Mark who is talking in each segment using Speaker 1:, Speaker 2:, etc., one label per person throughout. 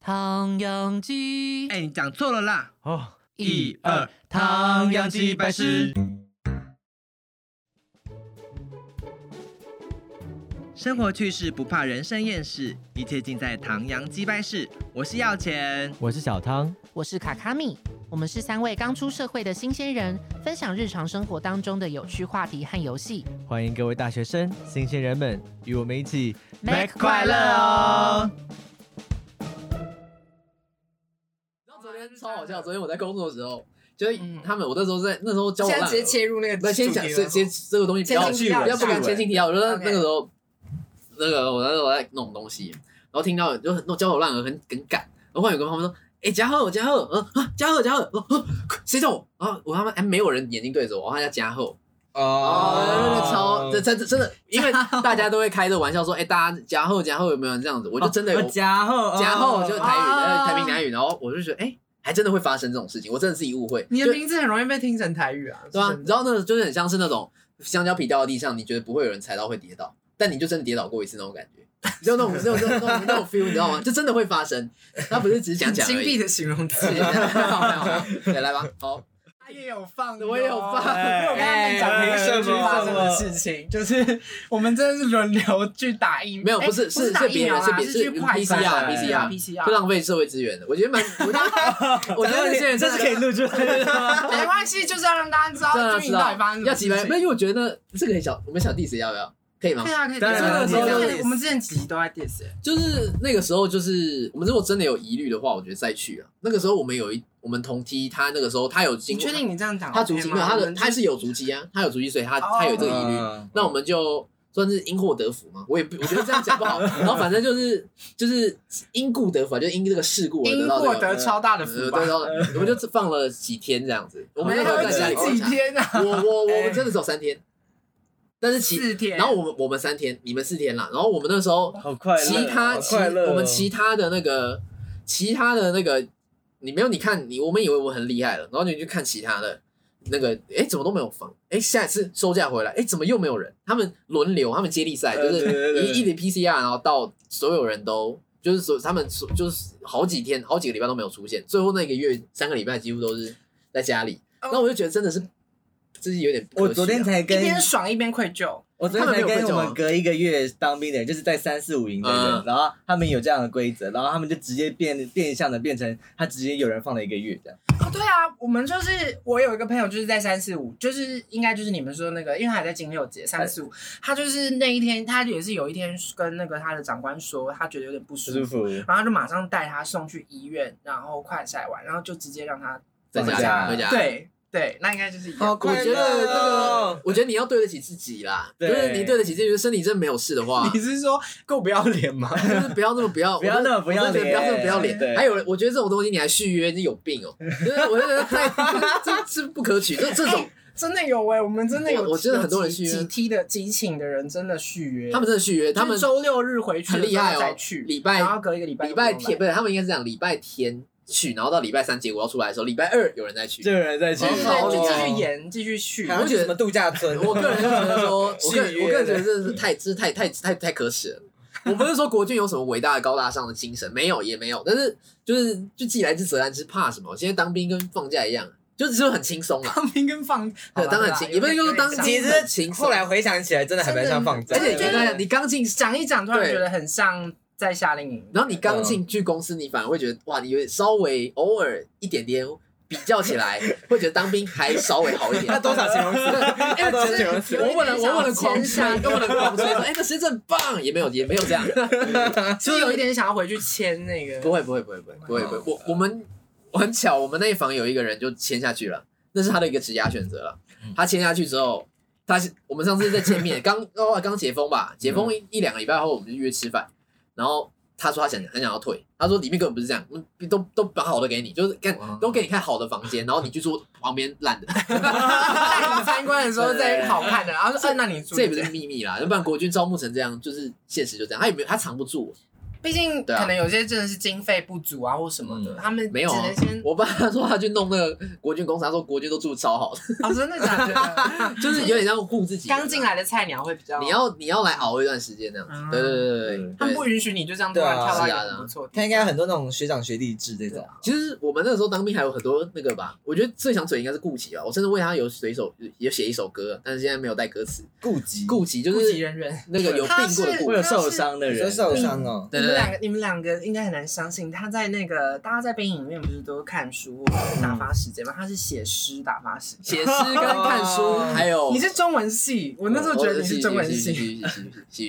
Speaker 1: 唐扬鸡
Speaker 2: 哎、你讲错了啦！
Speaker 3: 哦，
Speaker 2: 一二，
Speaker 1: 唐扬鸡
Speaker 3: 拜师。
Speaker 2: 生活趣事不怕人生厌世，一切尽在唐阳鸡掰式。我是要钱，
Speaker 3: 我是小汤，
Speaker 1: 我是卡卡米，我们是三位刚出社会的新鲜人，分享日常生活当中的有趣话题和游戏。
Speaker 3: 欢迎各位大学生、新鲜人们与我们一起
Speaker 1: Mac 快乐哦！
Speaker 4: 然后昨天超好笑，昨天我在工作的时候，就是他们，我那时候在那时候教
Speaker 5: 嗯
Speaker 4: 我
Speaker 5: 现在
Speaker 4: 烂
Speaker 5: 直接切入那个主题
Speaker 4: 那
Speaker 5: 了，
Speaker 4: 先讲先先这个东西不要
Speaker 5: 前情提要
Speaker 4: 不要不敢前情提要，我觉得
Speaker 5: OK
Speaker 4: 那个时候那个我那时候在弄东西，然后听到就很那教我烂耳很很赶，然后忽然有个朋友说。哎，嘉贺，嘉贺，嗯啊，嘉贺，嘉贺，我说啊谁叫我？然后我他妈哎，没有人眼睛对着我，我喊叫嘉贺。
Speaker 5: 啊
Speaker 4: 哦，那个超，这真的真的，因为大家都会开着玩笑说，哎，大家嘉贺，嘉贺有没有人这样子？我就真的
Speaker 3: 哦
Speaker 4: 有
Speaker 6: 加厚
Speaker 4: 加厚就是台语，
Speaker 5: 哦
Speaker 4: 呃，台闽南语，然后我就觉得，哎、还真的会发生这种事情，我真的自己误会，
Speaker 5: 你的
Speaker 4: 就
Speaker 5: 名字很容易被听成台语啊，
Speaker 4: 对啊，
Speaker 5: 是
Speaker 4: 你
Speaker 5: 真
Speaker 4: 知
Speaker 5: 的
Speaker 4: 道那个就是很像是那种香蕉皮掉到地上，你觉得不会有人踩到会跌倒，但你就真的跌倒过一次那种感觉，你知道那种那种那种那种那种 feel，你知道吗？就真的会发生，它不是只是讲讲
Speaker 5: 金
Speaker 4: 而
Speaker 5: 币
Speaker 4: 已。
Speaker 5: 的形容词
Speaker 4: 是，没有没有没有对，来吧，好，
Speaker 5: 他也有放
Speaker 4: 我也有 放
Speaker 6: 哎
Speaker 5: 我有跟他们讲
Speaker 6: 哎
Speaker 5: 评审区发生的
Speaker 6: 凭什
Speaker 3: 哎
Speaker 5: 事情，就是我们真的是轮流去打疫苗，
Speaker 4: 没有不是
Speaker 5: 哎
Speaker 4: 是
Speaker 5: 是打
Speaker 4: 是
Speaker 5: 疫
Speaker 4: 别人
Speaker 5: 苗
Speaker 4: 是
Speaker 5: 啊
Speaker 4: 别
Speaker 5: 是
Speaker 4: 是
Speaker 5: 去快
Speaker 4: PCR
Speaker 5: PCR
Speaker 4: PCR
Speaker 5: PCR
Speaker 4: 就浪费社会资源的，我觉得蛮，我觉得我觉得这些人
Speaker 6: 这
Speaker 4: 真的
Speaker 6: 是可以录出来的吗？
Speaker 5: 没关系，就是要让大家知
Speaker 4: 真
Speaker 5: 道
Speaker 4: 的
Speaker 5: 军
Speaker 4: 知
Speaker 5: 营到
Speaker 4: 道
Speaker 5: 底发生什
Speaker 4: 要
Speaker 5: 么事
Speaker 4: 几百，
Speaker 5: 情
Speaker 4: 没有，因。为我觉得这个可以小，我们小 diss 要不要？可以吗
Speaker 5: 对？啊，可以。
Speaker 6: 当然
Speaker 5: 真的
Speaker 6: 当然
Speaker 5: 是我
Speaker 4: 当然
Speaker 5: 们我们之前几集都在 diss，欸
Speaker 4: 就是那个时候，就是我们如果真的有疑虑的话，我觉得再去啊。那个时候我们有一我们同梯，他那个时候他有
Speaker 5: 你
Speaker 4: 经过，
Speaker 5: 确定你这样讲 OK
Speaker 4: 他
Speaker 5: 吗？
Speaker 4: 足迹没有他
Speaker 5: 我
Speaker 4: 的
Speaker 5: 们
Speaker 4: 他是有足迹啊，他有足迹，所以他
Speaker 5: 哦
Speaker 4: 他有这个疑虑。
Speaker 6: 嗯
Speaker 4: 那我们就算是因祸得福嘛，我也不我觉得这样讲 不好。然后反正就是就是因故得福啊，就是因这个事故而
Speaker 5: 因
Speaker 4: 得到
Speaker 5: 祸
Speaker 4: 这个
Speaker 5: 得超大的福
Speaker 4: 呃
Speaker 5: 吧哎
Speaker 4: 对，然？后我们就放了几天这样子。我们那时候在家里
Speaker 5: 没有
Speaker 4: 观
Speaker 5: 几
Speaker 4: 察，
Speaker 5: 天啊，
Speaker 4: 我我我们真的只有三天，但是其
Speaker 5: 四天。
Speaker 4: 然后我们我们三天，你们四天啦。然后我们那时候
Speaker 6: 好快乐，
Speaker 4: 其他
Speaker 6: 好
Speaker 4: 其
Speaker 6: 快乐哦
Speaker 4: 我们其他的那个其他的那个，你没有你看你，我们以为我们很厉害了，然后你去看其他的那个，哎，怎么都没有放？哎，下一次收假回来，哎，怎么又没有人？他们轮流，他们接力赛，
Speaker 6: 呃
Speaker 4: 就
Speaker 6: 对对
Speaker 4: 是
Speaker 6: 对
Speaker 4: 一一直 PCR，然后到所有人都。就是所他们所就是好几天、好几个礼拜都没有出现，最后那个月三个礼拜几乎都是在家里。
Speaker 5: 哦
Speaker 4: 那我就觉得真的是，自己有点不可
Speaker 6: 我
Speaker 4: 惜啊
Speaker 6: 昨天才
Speaker 5: 一
Speaker 6: 跟
Speaker 5: 边爽一边愧疚，
Speaker 6: 我昨天才跟我们隔一个月当兵的人，就是在三四五营的人，
Speaker 4: 啊嗯
Speaker 6: 然后他们有这样的规则，然后他们就直接变变相的变成他直接有人放了一个月这样。
Speaker 5: 哦，对啊，我们就是我有一个朋友，就是在三四五，就是应该就是你们说那个，因为他还在金六节三四五，他就是那一天，他也是有一天跟那个他的长官说，他觉得有点不
Speaker 6: 不
Speaker 5: 舒
Speaker 6: 舒
Speaker 5: 服，
Speaker 6: 服，
Speaker 5: 然后就马上带他送去医院，然后快筛完，然后就直接让他
Speaker 4: 在
Speaker 6: 放
Speaker 4: 家
Speaker 6: 假
Speaker 4: 里回家。
Speaker 5: 对对，那应该就是 一样。
Speaker 4: 我觉得那个
Speaker 6: 哦，
Speaker 4: 哦我觉得你要对得起自己啦，就
Speaker 6: 对
Speaker 4: 是你对得起自己，就是身体真的没有事 的话，
Speaker 5: 你是说够不要脸吗？
Speaker 4: 就是不要那么不要，
Speaker 6: 不要那么
Speaker 4: 我
Speaker 6: 不
Speaker 4: 真
Speaker 6: 要
Speaker 4: 的觉
Speaker 6: 脸，
Speaker 4: 得不要那么不要脸。
Speaker 6: 对，
Speaker 4: 还有人，我觉得这种东西你还续约，你有病哦！ 就是我就觉得太这这不可取，这这种
Speaker 5: 真的有哎、我们真的有，
Speaker 4: 我我真的很多人续约
Speaker 5: 集体的集请的人真的续
Speaker 6: 哎
Speaker 5: 约，
Speaker 4: 他们真的续约，
Speaker 5: 就是
Speaker 4: 他们
Speaker 5: 周六日回去
Speaker 4: 很厉害
Speaker 5: 的时候
Speaker 4: 哦
Speaker 5: 再。去，
Speaker 4: 礼拜
Speaker 5: 然后隔一个礼拜
Speaker 4: 礼拜
Speaker 5: 就不用来
Speaker 4: 天不是，他们应该是这样，礼拜天去，然后到礼拜三结果要出来的时候，礼拜二有人再去
Speaker 6: 就。有人在去
Speaker 4: 哦，
Speaker 5: 对，就
Speaker 4: 好
Speaker 5: 继续演，继续续。
Speaker 4: 好
Speaker 5: 我
Speaker 4: 觉得
Speaker 6: 度假 村
Speaker 4: 我个人就觉得说，我个
Speaker 6: 续
Speaker 4: 人
Speaker 6: 约
Speaker 4: 我个人觉得这是太这是太太太太可耻了。我不是说国军有什么伟大的、高大上的精神，没有也没有，但是就是就既来之则安之，怕什么？现在当兵跟放假一样，就只是很轻松啦。
Speaker 5: 当兵跟 放，
Speaker 4: 对，当
Speaker 5: 啊
Speaker 4: 然轻，也不是说当
Speaker 5: 其
Speaker 4: 兵
Speaker 5: 实
Speaker 4: 很轻松，
Speaker 6: 回想起来，真的
Speaker 5: 还蛮像放假
Speaker 4: 而
Speaker 5: 的
Speaker 4: 且
Speaker 5: 对
Speaker 4: 你
Speaker 5: 对
Speaker 4: 看你刚进，
Speaker 5: 讲一讲，突然
Speaker 4: 对
Speaker 5: 觉得很像在夏令营。
Speaker 4: 然后你刚进去公司，你反而会觉得哇，你有点稍微偶尔一点点比较起来，会觉得当兵还稍微好一点。
Speaker 6: 多少形 容词？
Speaker 4: 哎
Speaker 6: 他都
Speaker 4: 其实
Speaker 6: 觉得是
Speaker 4: 我问了，我问了狂吹，
Speaker 5: 想
Speaker 4: 我问了狂吹说，哎，那谁真棒，也没有，也没有这样，
Speaker 5: 就是有一点想要回去签那个，
Speaker 4: 不会，不会，不会，不会，不会，不会。我我们我很巧，我们那一房有一个人就签下去了，那是他的一个职涯选择了。他签下去之后，他是我们上次在见面，刚哦刚解封吧，解封一一两个礼拜后，我们就约吃饭，然后。他说他想很想要退，他说里面根本不是这样，嗯都都把好的给你，就是干
Speaker 6: 哦
Speaker 4: 都给你看好的房间，然后你去住旁边烂的，
Speaker 5: 带你参观的时候再好看的，然 后说，哎，那你住
Speaker 4: 这也不是秘密啦，要不然国军招募成这样，就是现实就这样，他也没有他藏不住，
Speaker 5: 毕竟
Speaker 4: 对啊
Speaker 5: 可能有些真的是经费不足啊或什么的，
Speaker 6: 嗯
Speaker 5: 他们
Speaker 4: 没有
Speaker 5: 只
Speaker 4: 啊
Speaker 5: 能 先
Speaker 4: 我爸 他说他去弄那个国军公司，他说国军都住超好的，
Speaker 5: 哦，真的 假的？
Speaker 4: 就是有点像护自己。
Speaker 5: 刚进，来的菜鸟会比较，嗯
Speaker 4: 你要你要来熬一段时间那样子。对对对对对
Speaker 5: 他们不
Speaker 4: 对。
Speaker 5: 允许你就这样突然
Speaker 6: 对啊
Speaker 5: 跳到一
Speaker 4: 是啊是
Speaker 5: 个
Speaker 4: 啊
Speaker 5: 很不错的地方，
Speaker 6: 他应该很多那种学长学弟制这种，
Speaker 4: 其实我们那个时候当兵还有很多那个吧，我觉得最想嘴应该是顾及吧。我甚至为他有写一首也写一首歌，但是现在没有带歌词。
Speaker 6: 顾及
Speaker 4: 顾及就
Speaker 5: 顾及
Speaker 4: 是
Speaker 5: 人员。
Speaker 4: 那个有病过的顾
Speaker 6: 会
Speaker 4: 及，
Speaker 6: 有受伤的
Speaker 5: 对
Speaker 6: 人，
Speaker 5: 他
Speaker 6: 有
Speaker 5: 是
Speaker 6: 受伤哦。
Speaker 5: 你们
Speaker 4: 对对
Speaker 5: 两
Speaker 4: 对，
Speaker 5: 个，你们两个应该很难相信，他在那个大家在兵营里面不是都看书打发时间吗？他是写诗打发时间。
Speaker 4: 嗯写诗跟看书，还 有
Speaker 5: 你是中文系，我那时候觉得你是中文
Speaker 4: 戏
Speaker 5: 系，
Speaker 4: 剧系戏剧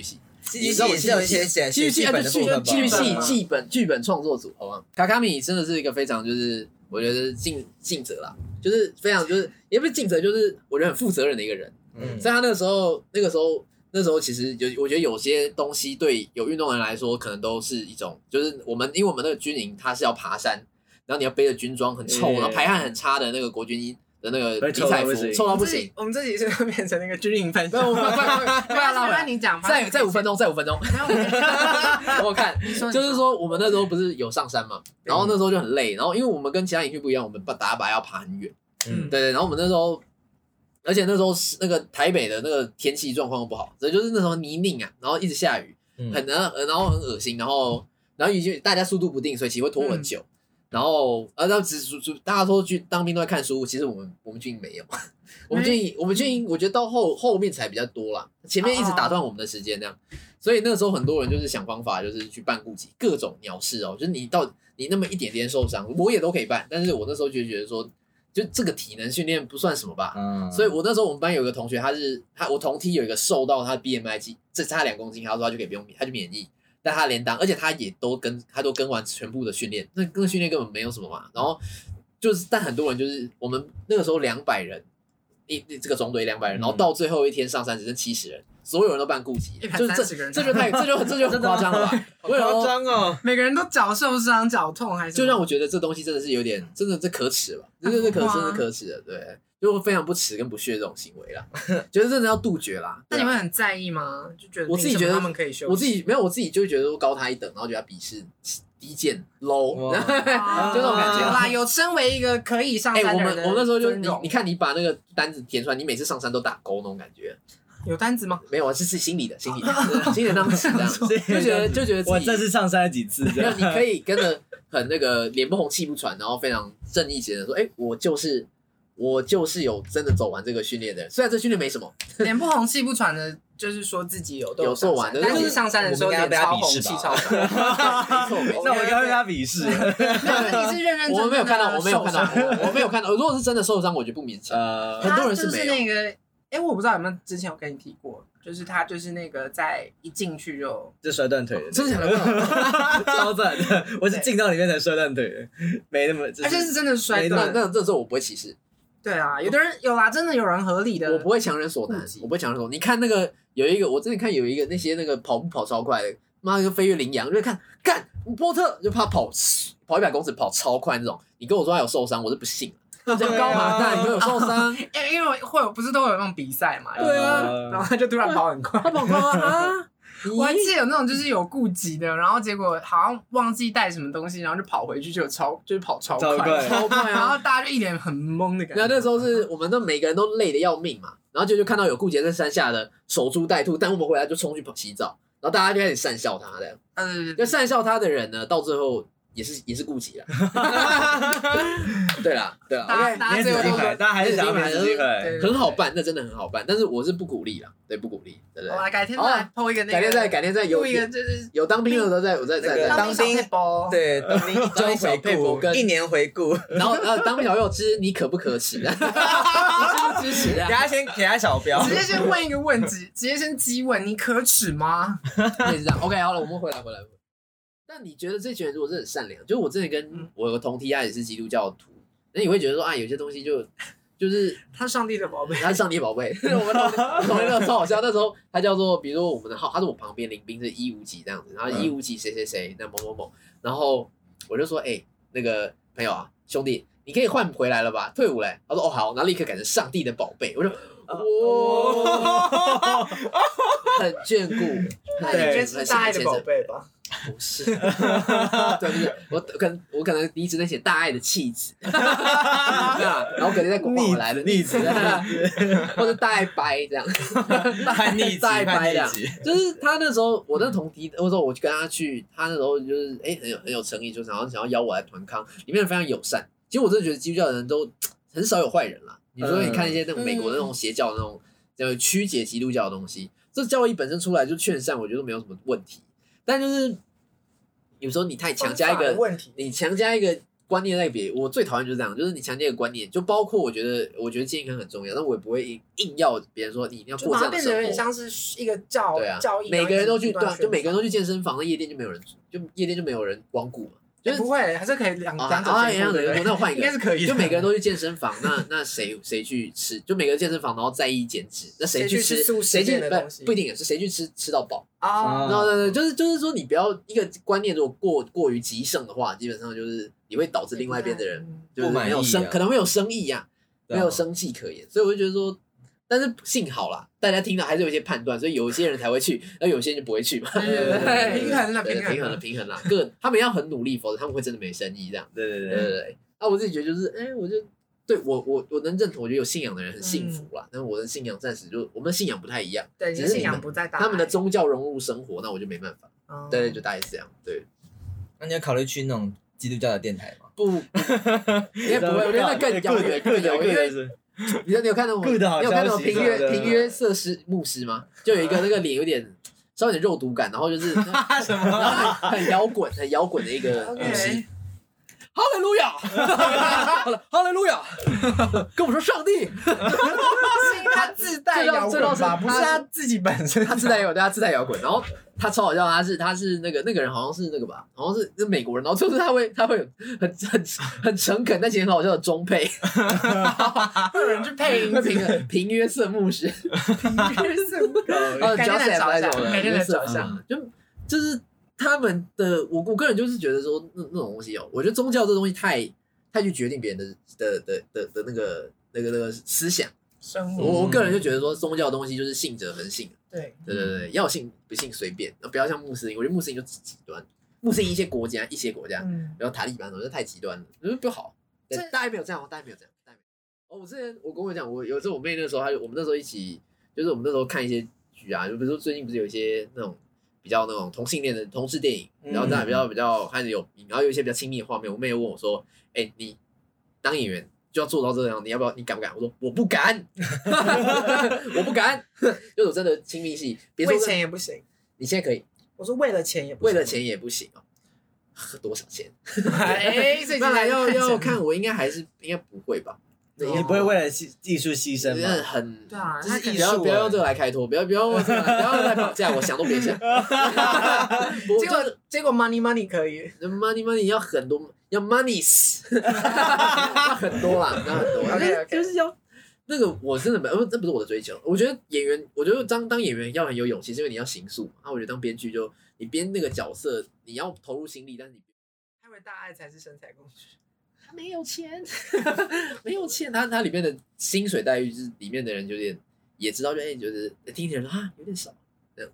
Speaker 6: 戏剧
Speaker 4: 系
Speaker 6: 系也是有一些写
Speaker 4: 戏
Speaker 6: 写
Speaker 4: 剧系
Speaker 6: 剧
Speaker 4: 啊
Speaker 6: 本
Speaker 4: 就
Speaker 6: 的
Speaker 4: 剧
Speaker 6: 部分吧，
Speaker 5: 本
Speaker 4: 剧系
Speaker 5: 吗
Speaker 4: 剧本剧本创作组，好吧？卡卡米真的是一个非常就是我觉得尽尽责啦，就是非常就是也不是尽责，就是我觉得很负责任的一个人。
Speaker 6: 嗯，
Speaker 4: 所以他那个时候，那个时候，那时候其实有，我觉得有些东西对有运动员来说，可能都是一种，就是我们因为我们那个军营，它是要爬山，然后你要背着军装很臭，
Speaker 6: 对
Speaker 4: 然后排汗很差的那个国军衣的那个
Speaker 6: 嗯会
Speaker 4: 迷
Speaker 6: 臭到
Speaker 4: 彩服
Speaker 6: 不，行
Speaker 4: 臭到不
Speaker 5: 自
Speaker 4: 行
Speaker 5: 己。。我们自己是不是变成那个军营分
Speaker 4: 没
Speaker 5: 享
Speaker 4: 有，。 我们快快快
Speaker 5: 不
Speaker 4: 快要拉回
Speaker 5: 那
Speaker 4: 来！
Speaker 5: 你讲吧，
Speaker 4: 再再五分钟，再五分钟。
Speaker 5: 没有，我们
Speaker 4: 我看，
Speaker 5: 说
Speaker 4: 就是，说我们那时候不是有上山嘛，然后那时候就很累，然后因为我们跟其他营区不一样，我们把打靶要爬很远，
Speaker 5: 嗯
Speaker 4: 对对，然后我们那时候，而且那时候是那个台北的那个天气状况又不好，所以就是那时候泥泞啊，然后一直下雨，
Speaker 6: 嗯
Speaker 4: 很难，然后很恶心，然后然后已经大家速度不定，所以其实会拖很久。然后，呃，那只只只大家说去当兵都在看书，其实我们我们军营没有， 我们军营我们军营，我觉得到后后面才比较多啦，前面一直打断我们的时间那样，所以那个时候很多人就是想方法，就是去办顾及各种鸟事哦，就是你到你那么一点点受伤，我也都可以办，但是我那时候就觉得说，就这个体能训练不算什么吧，
Speaker 6: 嗯
Speaker 4: 所以我那时候我们班有一个同学，他是他我同梯有一个瘦到他 BMI 几这差两公斤，他说他就可以不用他就免疫，但他连当，而且他也都跟他都跟完全部的训练，那跟训练根本没有什么嘛。然后就是，但很多人就是我们那个时候两百人一一这个中队两百人，然后到最后一天上山只剩七十人，所有人都办顾及，
Speaker 5: 一百
Speaker 4: 就是
Speaker 5: 三十
Speaker 4: 这
Speaker 5: 个人啊
Speaker 4: 这就太这就这就很夸张了 吧？为什
Speaker 3: 夸
Speaker 4: 么？
Speaker 3: 张哦，
Speaker 5: 每个人都脚受伤、脚痛还是
Speaker 4: 就让我觉得这东西真的是有点，真的这可耻吧，真
Speaker 5: 啊
Speaker 4: 的是可，真的是可耻的，对，就非常不耻跟不屑这种行为啦， 觉得真的要杜绝啦。
Speaker 5: 那
Speaker 4: 对啊
Speaker 5: 你会很在意吗？就觉得
Speaker 4: 我自己
Speaker 5: 凭什么
Speaker 4: 觉得
Speaker 5: 他们可以休息，
Speaker 4: 我自己没有，我自己就会觉得我高他一等，然后觉得他鄙视、低贱、low，
Speaker 6: 哇
Speaker 5: 啊
Speaker 4: 就那种感
Speaker 5: 有
Speaker 4: 觉
Speaker 5: 啦，有身为一个可以上
Speaker 4: 哎、
Speaker 5: 山
Speaker 4: 我
Speaker 5: 的
Speaker 4: 们
Speaker 5: 人的
Speaker 4: 我们那时候就
Speaker 5: 尊
Speaker 4: 你
Speaker 5: 荣
Speaker 4: 你看你把那个单子填出来，你每次上山都打勾那种感觉，
Speaker 5: 有单子吗？
Speaker 4: 没有啊，这是心理的，心理的，对心理上是这样子，就觉得就觉得
Speaker 6: 我
Speaker 4: 自
Speaker 6: 这
Speaker 4: 己
Speaker 6: 次上山了几次
Speaker 4: 没有，
Speaker 6: 的，
Speaker 4: 你 可以跟着很那个脸不红气不喘，然后非常正义型的说，哎、我就是我就是有真的走完这个训练的人，虽然这训练没什么，
Speaker 5: 脸不红气不喘的，就是说自己有都
Speaker 4: 有做完
Speaker 5: 上山
Speaker 4: 对
Speaker 5: 但
Speaker 4: 就是
Speaker 5: 是上山的时候
Speaker 6: 我们应
Speaker 5: 脸
Speaker 6: 该被他
Speaker 5: 超
Speaker 6: 鄙
Speaker 5: 红
Speaker 6: 视
Speaker 5: 气
Speaker 6: 吧
Speaker 5: 超喘，
Speaker 4: 没错没错
Speaker 6: 那我应该会被他鄙视。
Speaker 5: 但 是你是认认真真
Speaker 4: 我
Speaker 5: 的
Speaker 4: 没有看到，我没有看
Speaker 5: 受伤
Speaker 4: 到，我没有看到。如果是真的受伤，我就不勉强。
Speaker 6: 呃，
Speaker 4: 很多人
Speaker 5: 他
Speaker 4: 是
Speaker 5: 就
Speaker 4: 没有
Speaker 5: 是那个，哎，我不知道有没有之前有跟你提过，就是他就是那个在一进去就
Speaker 6: 就摔断腿的，
Speaker 4: 真的假的？
Speaker 6: 超赞的！我是进到里面才摔断腿的，没那么，
Speaker 5: 而且是真的摔 断。
Speaker 4: 那那这时候我不会歧视，
Speaker 5: 对啊，有的人有啦，真的有人合理的。
Speaker 4: 我不会强人所难
Speaker 5: 啊顾及，
Speaker 4: 我不会强人所难。你看那个有一个，我之前看有一个那些那个跑步跑超快的，妈的就飞越羚羊，就看干波特就怕跑跑一百公尺跑超快那种。你跟我说他有受伤，我是 不信。这样高马大，你说有受伤？
Speaker 5: 因为因为会有不是都会有那种比赛嘛，
Speaker 6: 对啊
Speaker 5: 然后然后他就突然跑很快，
Speaker 4: 他跑快吗啊？
Speaker 5: 我还记得有那种就是有顾及的，然后结果好像忘记带什么东西，然后就跑回去就有超就是跑超
Speaker 6: 超
Speaker 5: 快，啊
Speaker 6: 快
Speaker 4: 超 快
Speaker 5: 然
Speaker 4: 啊！
Speaker 5: 后大家就一脸很懵的感觉。
Speaker 4: 然后啊那时候是我们那每个人都累得要命嘛，然后就就看到有顾杰在山下的守株待兔，但我们回来就冲去跑洗澡，然后大家就开始讪笑他的，
Speaker 5: 呃，对对
Speaker 4: 就
Speaker 5: 对
Speaker 4: 讪笑他的人呢，到最后也是也是 顾杰了，对啦对啦
Speaker 5: 大家大
Speaker 4: ，OK，
Speaker 5: 家
Speaker 6: 免
Speaker 5: 最
Speaker 6: 死
Speaker 5: 后
Speaker 6: 金
Speaker 5: 都
Speaker 6: 牌，大家还是想要免死金牌。
Speaker 5: 对
Speaker 4: 很好办，那真的很好办，但是我是不鼓励啦，对，不鼓励，对不
Speaker 5: 好
Speaker 4: 对？
Speaker 5: 啦，改天
Speaker 4: 好
Speaker 5: 再
Speaker 4: 啊
Speaker 5: 抛一个那个，
Speaker 4: 改天再改天再有
Speaker 5: 录一个就是
Speaker 4: 有当兵的时候再我再再
Speaker 6: 那个
Speaker 4: 再，
Speaker 6: 当
Speaker 5: 小
Speaker 6: 兵
Speaker 5: 配包，
Speaker 6: 对，当 兵一
Speaker 4: 当兵小
Speaker 6: 周
Speaker 4: 佩伯
Speaker 6: 回顾，
Speaker 4: 跟
Speaker 6: 一年回顾，
Speaker 4: 然后呃当兵小朋友知你可不 可耻？ 你支不支持啊
Speaker 6: 给？他先给他小标
Speaker 5: 直，接先问一个问题，直接先激问你可耻吗？
Speaker 4: 类似这样。OK，好了，我们回来回来。回来但你觉得这群人如果是很善良，就是我之前跟
Speaker 5: 嗯
Speaker 4: 我有个同梯，他也是基督教徒，那你会觉得说啊，有些东 西就就是
Speaker 5: 他上帝的宝 贝，
Speaker 4: 他是上帝宝贝。我们同我同那个超好笑，那时候他叫做，比如说我们的号，他是我旁边林斌是一五几这样子，然后
Speaker 5: 嗯
Speaker 4: 一五几谁谁谁，那某某某，然后我就说，哎、那个朋友啊，兄弟，你可以换回来了吧，退伍嘞、他说，哦好，然后立刻改成上帝的宝贝，我就。
Speaker 5: 哦
Speaker 4: 哇，很眷顾，
Speaker 6: 哦
Speaker 5: 那你觉得
Speaker 4: 很
Speaker 5: 是大爱的宝贝吧？
Speaker 4: 不 是，对，就是我可能我可能你只能写大爱的气 质，那啊然后肯定再广回来的逆子， 或者大爱白这样，大
Speaker 7: 叛逆级，
Speaker 4: 大爱
Speaker 7: 叛
Speaker 4: 白这
Speaker 7: 逆
Speaker 4: 样。
Speaker 7: 级，
Speaker 4: 就是他那时候，我那同敌，我说我去跟他去，他那时候就是哎、很有很有诚意，就想要想要邀我来团康，里面人非常友善。其实我真的觉得基督教的人都很少有坏人啦。你说你看一些那种美国的那种邪教的那种，呃、曲解基督教的东西，这教义本身出来就劝善，我觉得没有什么问题。但就是有时候你太强加一
Speaker 5: 方法
Speaker 4: 个
Speaker 5: 的问题，
Speaker 4: 你强加一个观念在别，我最讨厌就是这样，就是你强加一个观念，就包括我觉得，我觉得健康很重要，但我也不会硬硬要别人说你一定要
Speaker 5: 就
Speaker 4: 过
Speaker 5: 把
Speaker 4: 这
Speaker 5: 它
Speaker 4: 样的
Speaker 5: 变
Speaker 4: 生
Speaker 5: 得
Speaker 4: 活
Speaker 5: 有。点像是一个教
Speaker 4: 对啊
Speaker 5: 教义，
Speaker 4: 每个人都去，
Speaker 5: 然
Speaker 4: 对、
Speaker 5: 后
Speaker 4: 啊，
Speaker 5: 一直不断宣传
Speaker 4: 就每个人都去健身房，那夜店就没有人，就夜店就没有人光顾嘛，就
Speaker 5: 哎
Speaker 4: 是
Speaker 5: 不会，还是可以两
Speaker 4: 啊
Speaker 5: 两
Speaker 4: 啊
Speaker 5: 嗯种
Speaker 4: 一样的，那我换一
Speaker 5: 应
Speaker 4: 个
Speaker 5: 该，是可以的，
Speaker 4: 就每个人都去健身房，那那谁谁去吃？就每个健身房，然后在意减脂，那
Speaker 5: 谁
Speaker 4: 去
Speaker 5: 去吃素食
Speaker 4: 谁去
Speaker 5: 店的东西
Speaker 4: 不不一定啊是谁去吃吃到饱。
Speaker 5: 啊，
Speaker 4: 哦
Speaker 6: 嗯
Speaker 4: 然后对对，就是就是说，你不要一个观念如果过过于极盛的话，基本上就是你会导致另外一边的人就是
Speaker 6: 不满
Speaker 4: 没有
Speaker 6: 意
Speaker 4: 生，
Speaker 6: 啊
Speaker 4: 可能会有生意呀、
Speaker 6: 对啊
Speaker 4: 没有生气可言，所以我就觉得说，但是幸好啦，大家听到还是有一些判断，所以有一些人才会去，那有些人就不会去嘛。
Speaker 5: 对平衡了，
Speaker 4: 对，
Speaker 5: 平衡
Speaker 4: 平衡
Speaker 5: 了
Speaker 4: 了，。平衡了，各他们要很努力，否则他们会真的没生意这样。
Speaker 6: 对对
Speaker 4: 对对对。啊，我自己觉得就是，哎、我就对我我我能认同，我觉得有信仰的人很幸福
Speaker 5: 嗯
Speaker 4: 啦。但是我的信仰暂时就我们的信仰不太一样，
Speaker 5: 对，
Speaker 4: 只
Speaker 5: 你
Speaker 4: 是
Speaker 5: 信
Speaker 4: 你
Speaker 5: 仰
Speaker 4: 们
Speaker 5: 不在大海，
Speaker 4: 他们的宗教融入生活，那我就没办法。
Speaker 5: 哦
Speaker 4: 对对，就大概是这样。对，
Speaker 7: 那你要考虑去那种基督教的电台吗？
Speaker 4: 不，应该不会，我觉得那更遥远，更遥远，因为你看，你有看到我？你
Speaker 6: Good 好
Speaker 4: 有看到
Speaker 6: 消息
Speaker 4: 平约
Speaker 6: 真的
Speaker 4: 平约瑟师牧师吗？就有一个那个脸有点稍微有点肉毒感，然后就是 什么，然后很很摇滚，很摇滚的一个牧师
Speaker 5: OK。
Speaker 4: 哈利路亚，哈利路亚， 跟我说上帝，
Speaker 5: 是因为哦他自带
Speaker 4: 这倒
Speaker 5: 摇
Speaker 4: 这倒
Speaker 5: 滚
Speaker 4: 是
Speaker 5: 吧，不是
Speaker 4: 他
Speaker 5: 他自己本身
Speaker 4: 他自带摇滚，对，他自带摇滚，然后他超好笑，他是他是那个那个人好像是那个吧，好像是是美国人，然后就是他会他会有很很很诚恳，但其实很好笑的中配，
Speaker 5: 会有人去配音，
Speaker 4: 平平约瑟牧师，
Speaker 6: 哦
Speaker 4: 呃，
Speaker 5: 改天来
Speaker 4: Joseph
Speaker 5: 找一
Speaker 4: 来
Speaker 5: 下
Speaker 4: 什么的，
Speaker 5: 改天来找一下
Speaker 4: 嗯，就就是他们的，我我个人就是觉得说那那种东西哦，我觉得宗教这东西太太去决定别人的的的的的那个那个那个思想，
Speaker 5: 生
Speaker 4: 我
Speaker 5: 活，
Speaker 4: 我个人就觉得说宗教的东西就是信者恒信，
Speaker 5: 对，
Speaker 4: 对对对，要信不信随便，不要像穆斯林，我觉得穆斯林就极端，穆斯林一些国家一些国家，
Speaker 5: 嗯，
Speaker 4: 然后塔利班什么，这太极端了，我觉得不好。对
Speaker 5: 这
Speaker 4: 大家没有这样哦，大家没有这样，大家没有。哦，我之前我跟我讲，我有一次我妹那时候，她就我们那时候一起，就是我们那时候看一些剧啊，就比如说最近不是有一些那种比较那种同性恋的同志电影，然后大家比较比较开始有，然后有一些比较亲密的画面，我妹问我说：“哎、你当演员就要做到这样，你要不要？你敢不敢？”我说：“我不敢，我不敢。” 就是我真的亲密戏，别说
Speaker 5: 为
Speaker 4: 真的
Speaker 5: 钱也不行。
Speaker 4: 你现在可以，
Speaker 5: 我说为了钱也不
Speaker 4: 为
Speaker 5: 行
Speaker 4: 了，钱也不行哦，喝多少钱？
Speaker 5: 哎，所以
Speaker 4: 那要要
Speaker 5: 看
Speaker 4: 看，我应该还是应该不会吧？
Speaker 6: 你不会为了技技术牺牲
Speaker 4: 那
Speaker 6: 吗？
Speaker 4: 很
Speaker 5: 对啊
Speaker 4: 就
Speaker 5: 他
Speaker 4: 是
Speaker 5: 可能
Speaker 4: 不要
Speaker 6: 是
Speaker 4: 不要用这个来开脱，不要不要用这个来不要再绑架我，想都 别想。我
Speaker 5: 结果结果 money money 可以，
Speaker 4: 就 money money 要很多，要 moneys，要很多啦，要很多 啦，
Speaker 5: OK，OK
Speaker 4: 就是就是要。那个我真的没，呃，这不是我的追求。我觉得演员，我觉得当当演员要很有勇气，是因为你要行塑嘛。那我觉得当编剧就你编那个角色，你要投入心力，但是你
Speaker 5: 他为大爱才是身材工具。
Speaker 4: 他没有钱， 没有钱，他他里面的薪水待遇就是里面的人有点也知道，就哎、就是听起来说啊有点少，这样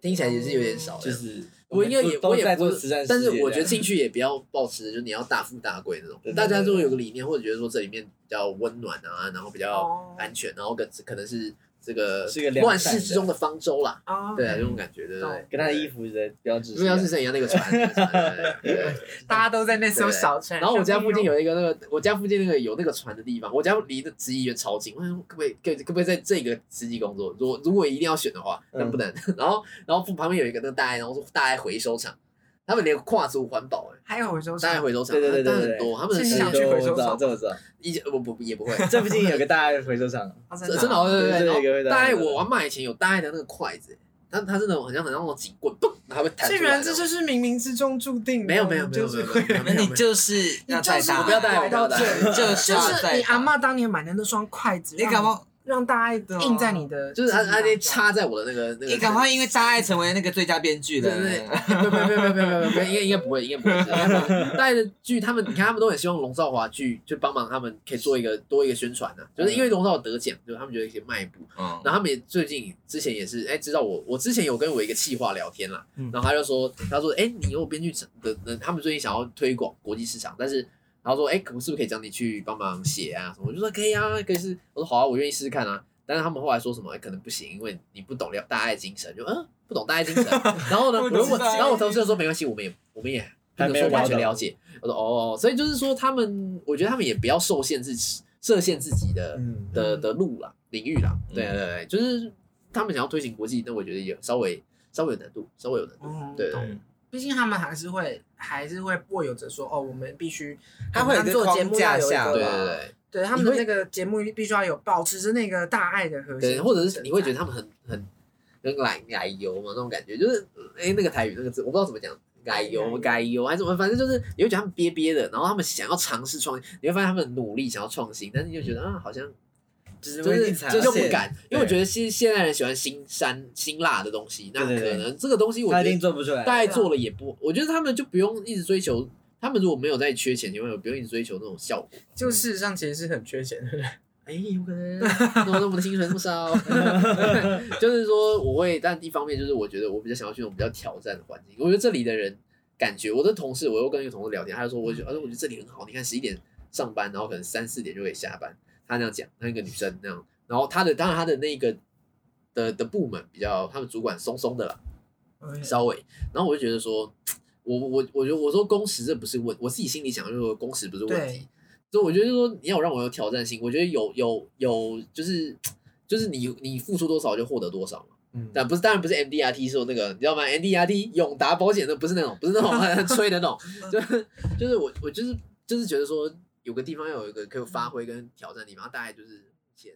Speaker 4: 听起来也是有点少，
Speaker 6: 哦就
Speaker 4: 这样
Speaker 6: 是
Speaker 4: 嗯我应该也我
Speaker 6: 都
Speaker 4: 也
Speaker 6: 在
Speaker 4: 不
Speaker 6: 做慈善事业，
Speaker 4: 但是我觉得进去也不要抱持就是你要大富大贵那种，大家都有个理念，或者觉得说这里面比较温暖啊，然后比较
Speaker 5: 哦
Speaker 4: 安全，然后跟可能是这个
Speaker 6: 是一个良
Speaker 4: 乱
Speaker 6: 善
Speaker 4: 世
Speaker 6: 的
Speaker 4: 之中的方舟啦，
Speaker 5: 哦，
Speaker 4: 对啊，这种感觉，对不对
Speaker 5: 懂？
Speaker 6: 跟他的衣
Speaker 4: 服
Speaker 6: 服的标志
Speaker 4: 不要是一样那个船，那个船对对对
Speaker 5: 大家都在那艘小船，
Speaker 4: 然后我家附近有一个那个，我家附近那个有那个船的地方，我家离的职医院超近。我想说可不可以，可以可不可以在这个司机工作？如果如果一定要选的话，那不能。然后然后旁边有一个那个大爱，然后说大爱回收厂，他们连跨足环保、欸，
Speaker 5: 还有回收
Speaker 4: 大爱
Speaker 5: 船，
Speaker 4: 回收厂，
Speaker 6: 对对对
Speaker 4: 但
Speaker 6: 对
Speaker 4: 很
Speaker 6: 对
Speaker 4: 多，他们
Speaker 5: 是
Speaker 4: 很
Speaker 5: 想
Speaker 4: 多
Speaker 5: 去回
Speaker 6: 我
Speaker 5: 收
Speaker 6: 知道，哎
Speaker 5: 厂
Speaker 6: 这我知道。
Speaker 4: 以前我不也不会，
Speaker 6: 这附近有个大爱回收厂，
Speaker 5: 哦真
Speaker 4: 真
Speaker 5: 的
Speaker 4: 真的哦对
Speaker 6: 对
Speaker 4: 对
Speaker 6: 这个
Speaker 4: 对。
Speaker 6: 会
Speaker 4: 然后大爱
Speaker 6: 大家
Speaker 4: 我阿妈以前有大爱的那个筷子、欸，但它是那种很像很像那种警棍，嘣，它会弹
Speaker 5: 这
Speaker 4: 出来。
Speaker 5: 原来这就是冥冥之中注定的，
Speaker 4: 哦没有没有没
Speaker 5: 就
Speaker 4: 有
Speaker 5: 是
Speaker 4: 没有没有没有，
Speaker 7: 那
Speaker 4: 没有
Speaker 7: 你就是要带
Speaker 5: 你就是
Speaker 7: 大，
Speaker 4: 我不要带，我不要带
Speaker 5: 拐到这。
Speaker 7: 就是
Speaker 5: 就
Speaker 7: 要
Speaker 5: 是
Speaker 7: 带
Speaker 5: 你
Speaker 7: 大
Speaker 5: 阿，妈当年买的那双筷子，
Speaker 7: 你搞不好
Speaker 5: 让大家印在你的记
Speaker 4: 啊就
Speaker 5: 忆
Speaker 4: 是
Speaker 5: 当
Speaker 4: 他
Speaker 5: 中，
Speaker 4: 他那插在我的那个那个。
Speaker 7: 你赶快因为障碍成为那个最佳编剧
Speaker 4: 对对
Speaker 7: 了。
Speaker 4: 对，没有没有没有没有没有没有，应该应该不会，应该不会是。应该不会大家的剧，他们你看，他们都很希望龙少华去就帮忙他们，可以做一个多一个宣传啊。就是因为龙少华得奖，就是他们觉得可以迈一步。
Speaker 7: 嗯，
Speaker 4: 然后他们也最近之前也是，哎，知道我，我之前有跟我一个企划聊天啦，
Speaker 3: 嗯
Speaker 4: 然后他就说，他说，哎，你有编剧的的，他们最近想要推广国际市场，但是然后说，哎，可是不是可以找你去帮忙写啊什么？我就说可以啊，可以是，我说好啊，我愿意试试看啊。但是他们后来说什么，哎可能不行，因为你不懂了大爱精神，就嗯，不懂大爱 精神。然后呢，
Speaker 7: 不
Speaker 4: 我
Speaker 7: 懂
Speaker 4: 就问
Speaker 7: 大爱
Speaker 4: 然后我同事就说没关系，我们也我们也
Speaker 6: 还
Speaker 4: 不
Speaker 6: 没
Speaker 4: 能
Speaker 6: 有
Speaker 4: 说完全
Speaker 6: 了解
Speaker 4: 了解。我说哦，所以就是说他们，我觉得他们也不要受限自己设限自己的。
Speaker 6: 嗯，
Speaker 4: 的的路啦、领域啦，
Speaker 7: 嗯
Speaker 4: 对对对，就是他们想要推行国际，那我觉得也稍微稍微有难度，稍微有难度。
Speaker 5: 嗯
Speaker 4: 对对
Speaker 7: 懂
Speaker 5: 毕竟他们还是会还是会握有着说哦，我们必须，
Speaker 7: 他会有一个
Speaker 5: 做节目要
Speaker 7: 框架
Speaker 5: 有一
Speaker 7: 下
Speaker 5: 个
Speaker 7: 对
Speaker 4: 对对
Speaker 7: 吧
Speaker 4: 对
Speaker 5: 对他们的那个节目必须要有保持着那个大爱的核
Speaker 4: 对，
Speaker 5: 心，
Speaker 4: 对或者是你会觉得他们很很很奶奶油嘛那种感觉，就是哎那个台语那个字我不知道怎么讲。奶油，奶油还是什么，反正就是你会觉得他们憋憋的，然后他们想要尝试创新，你会发现他们很努力想要创新，但是你就觉得啊，好像
Speaker 7: 就是
Speaker 4: 就
Speaker 7: 会
Speaker 4: 是
Speaker 7: 一直
Speaker 6: 啊
Speaker 4: 就是又不敢，因为我
Speaker 6: 对
Speaker 4: 觉得现现在人喜欢新山辛辣的东西，那
Speaker 6: 对
Speaker 4: 可
Speaker 6: 对对
Speaker 4: 能这个东西我
Speaker 6: 他一
Speaker 4: 觉得
Speaker 6: 定做不出来。
Speaker 4: 大概
Speaker 5: 对啊
Speaker 4: 做了也不，我觉得他们就不用一直追求，他们如果没有在缺钱情况下，不用一直追求那种效果。
Speaker 5: 就事实上其实是很缺 钱的，
Speaker 4: 哎，有可 能，那我们的薪水那么 少，就是说我会，但一方面就是我觉得我比较想要去那种比较挑战的环境。我觉得这里的人感觉，我的同事，我又跟一个同事聊天，他就说，
Speaker 5: 嗯
Speaker 4: 我觉得，而且我觉得这里很好，你看十一点上班，然后可能三四点就可以下班。他那样讲，那个女生那样，然后他的当然他的那个的的部门比较，他们主管松松的啦，稍微，然后我就觉得说，我我我觉得我说工时这不是问，我自己心里想就是说工时不是问题，所以我觉得说你要让我有挑战性，我觉得有有有就是就是你你付出多少就获得多少嘛。
Speaker 6: 嗯
Speaker 4: 但不是，当然不是 MDRT 说那个，你知道吗？MDRT 永达保险的不是那种，不是那种很吹的那种，就是就是我我就是就是觉得说有个地方要有一个可以发挥跟挑战的地方，大概就是目前